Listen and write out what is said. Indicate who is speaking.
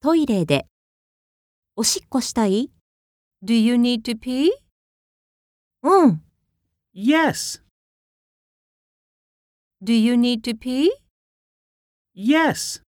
Speaker 1: トイレで。おしっこしたい
Speaker 2: Do you need to pee?
Speaker 1: うん。
Speaker 3: Yes.
Speaker 2: Do you need to pee?
Speaker 3: Yes.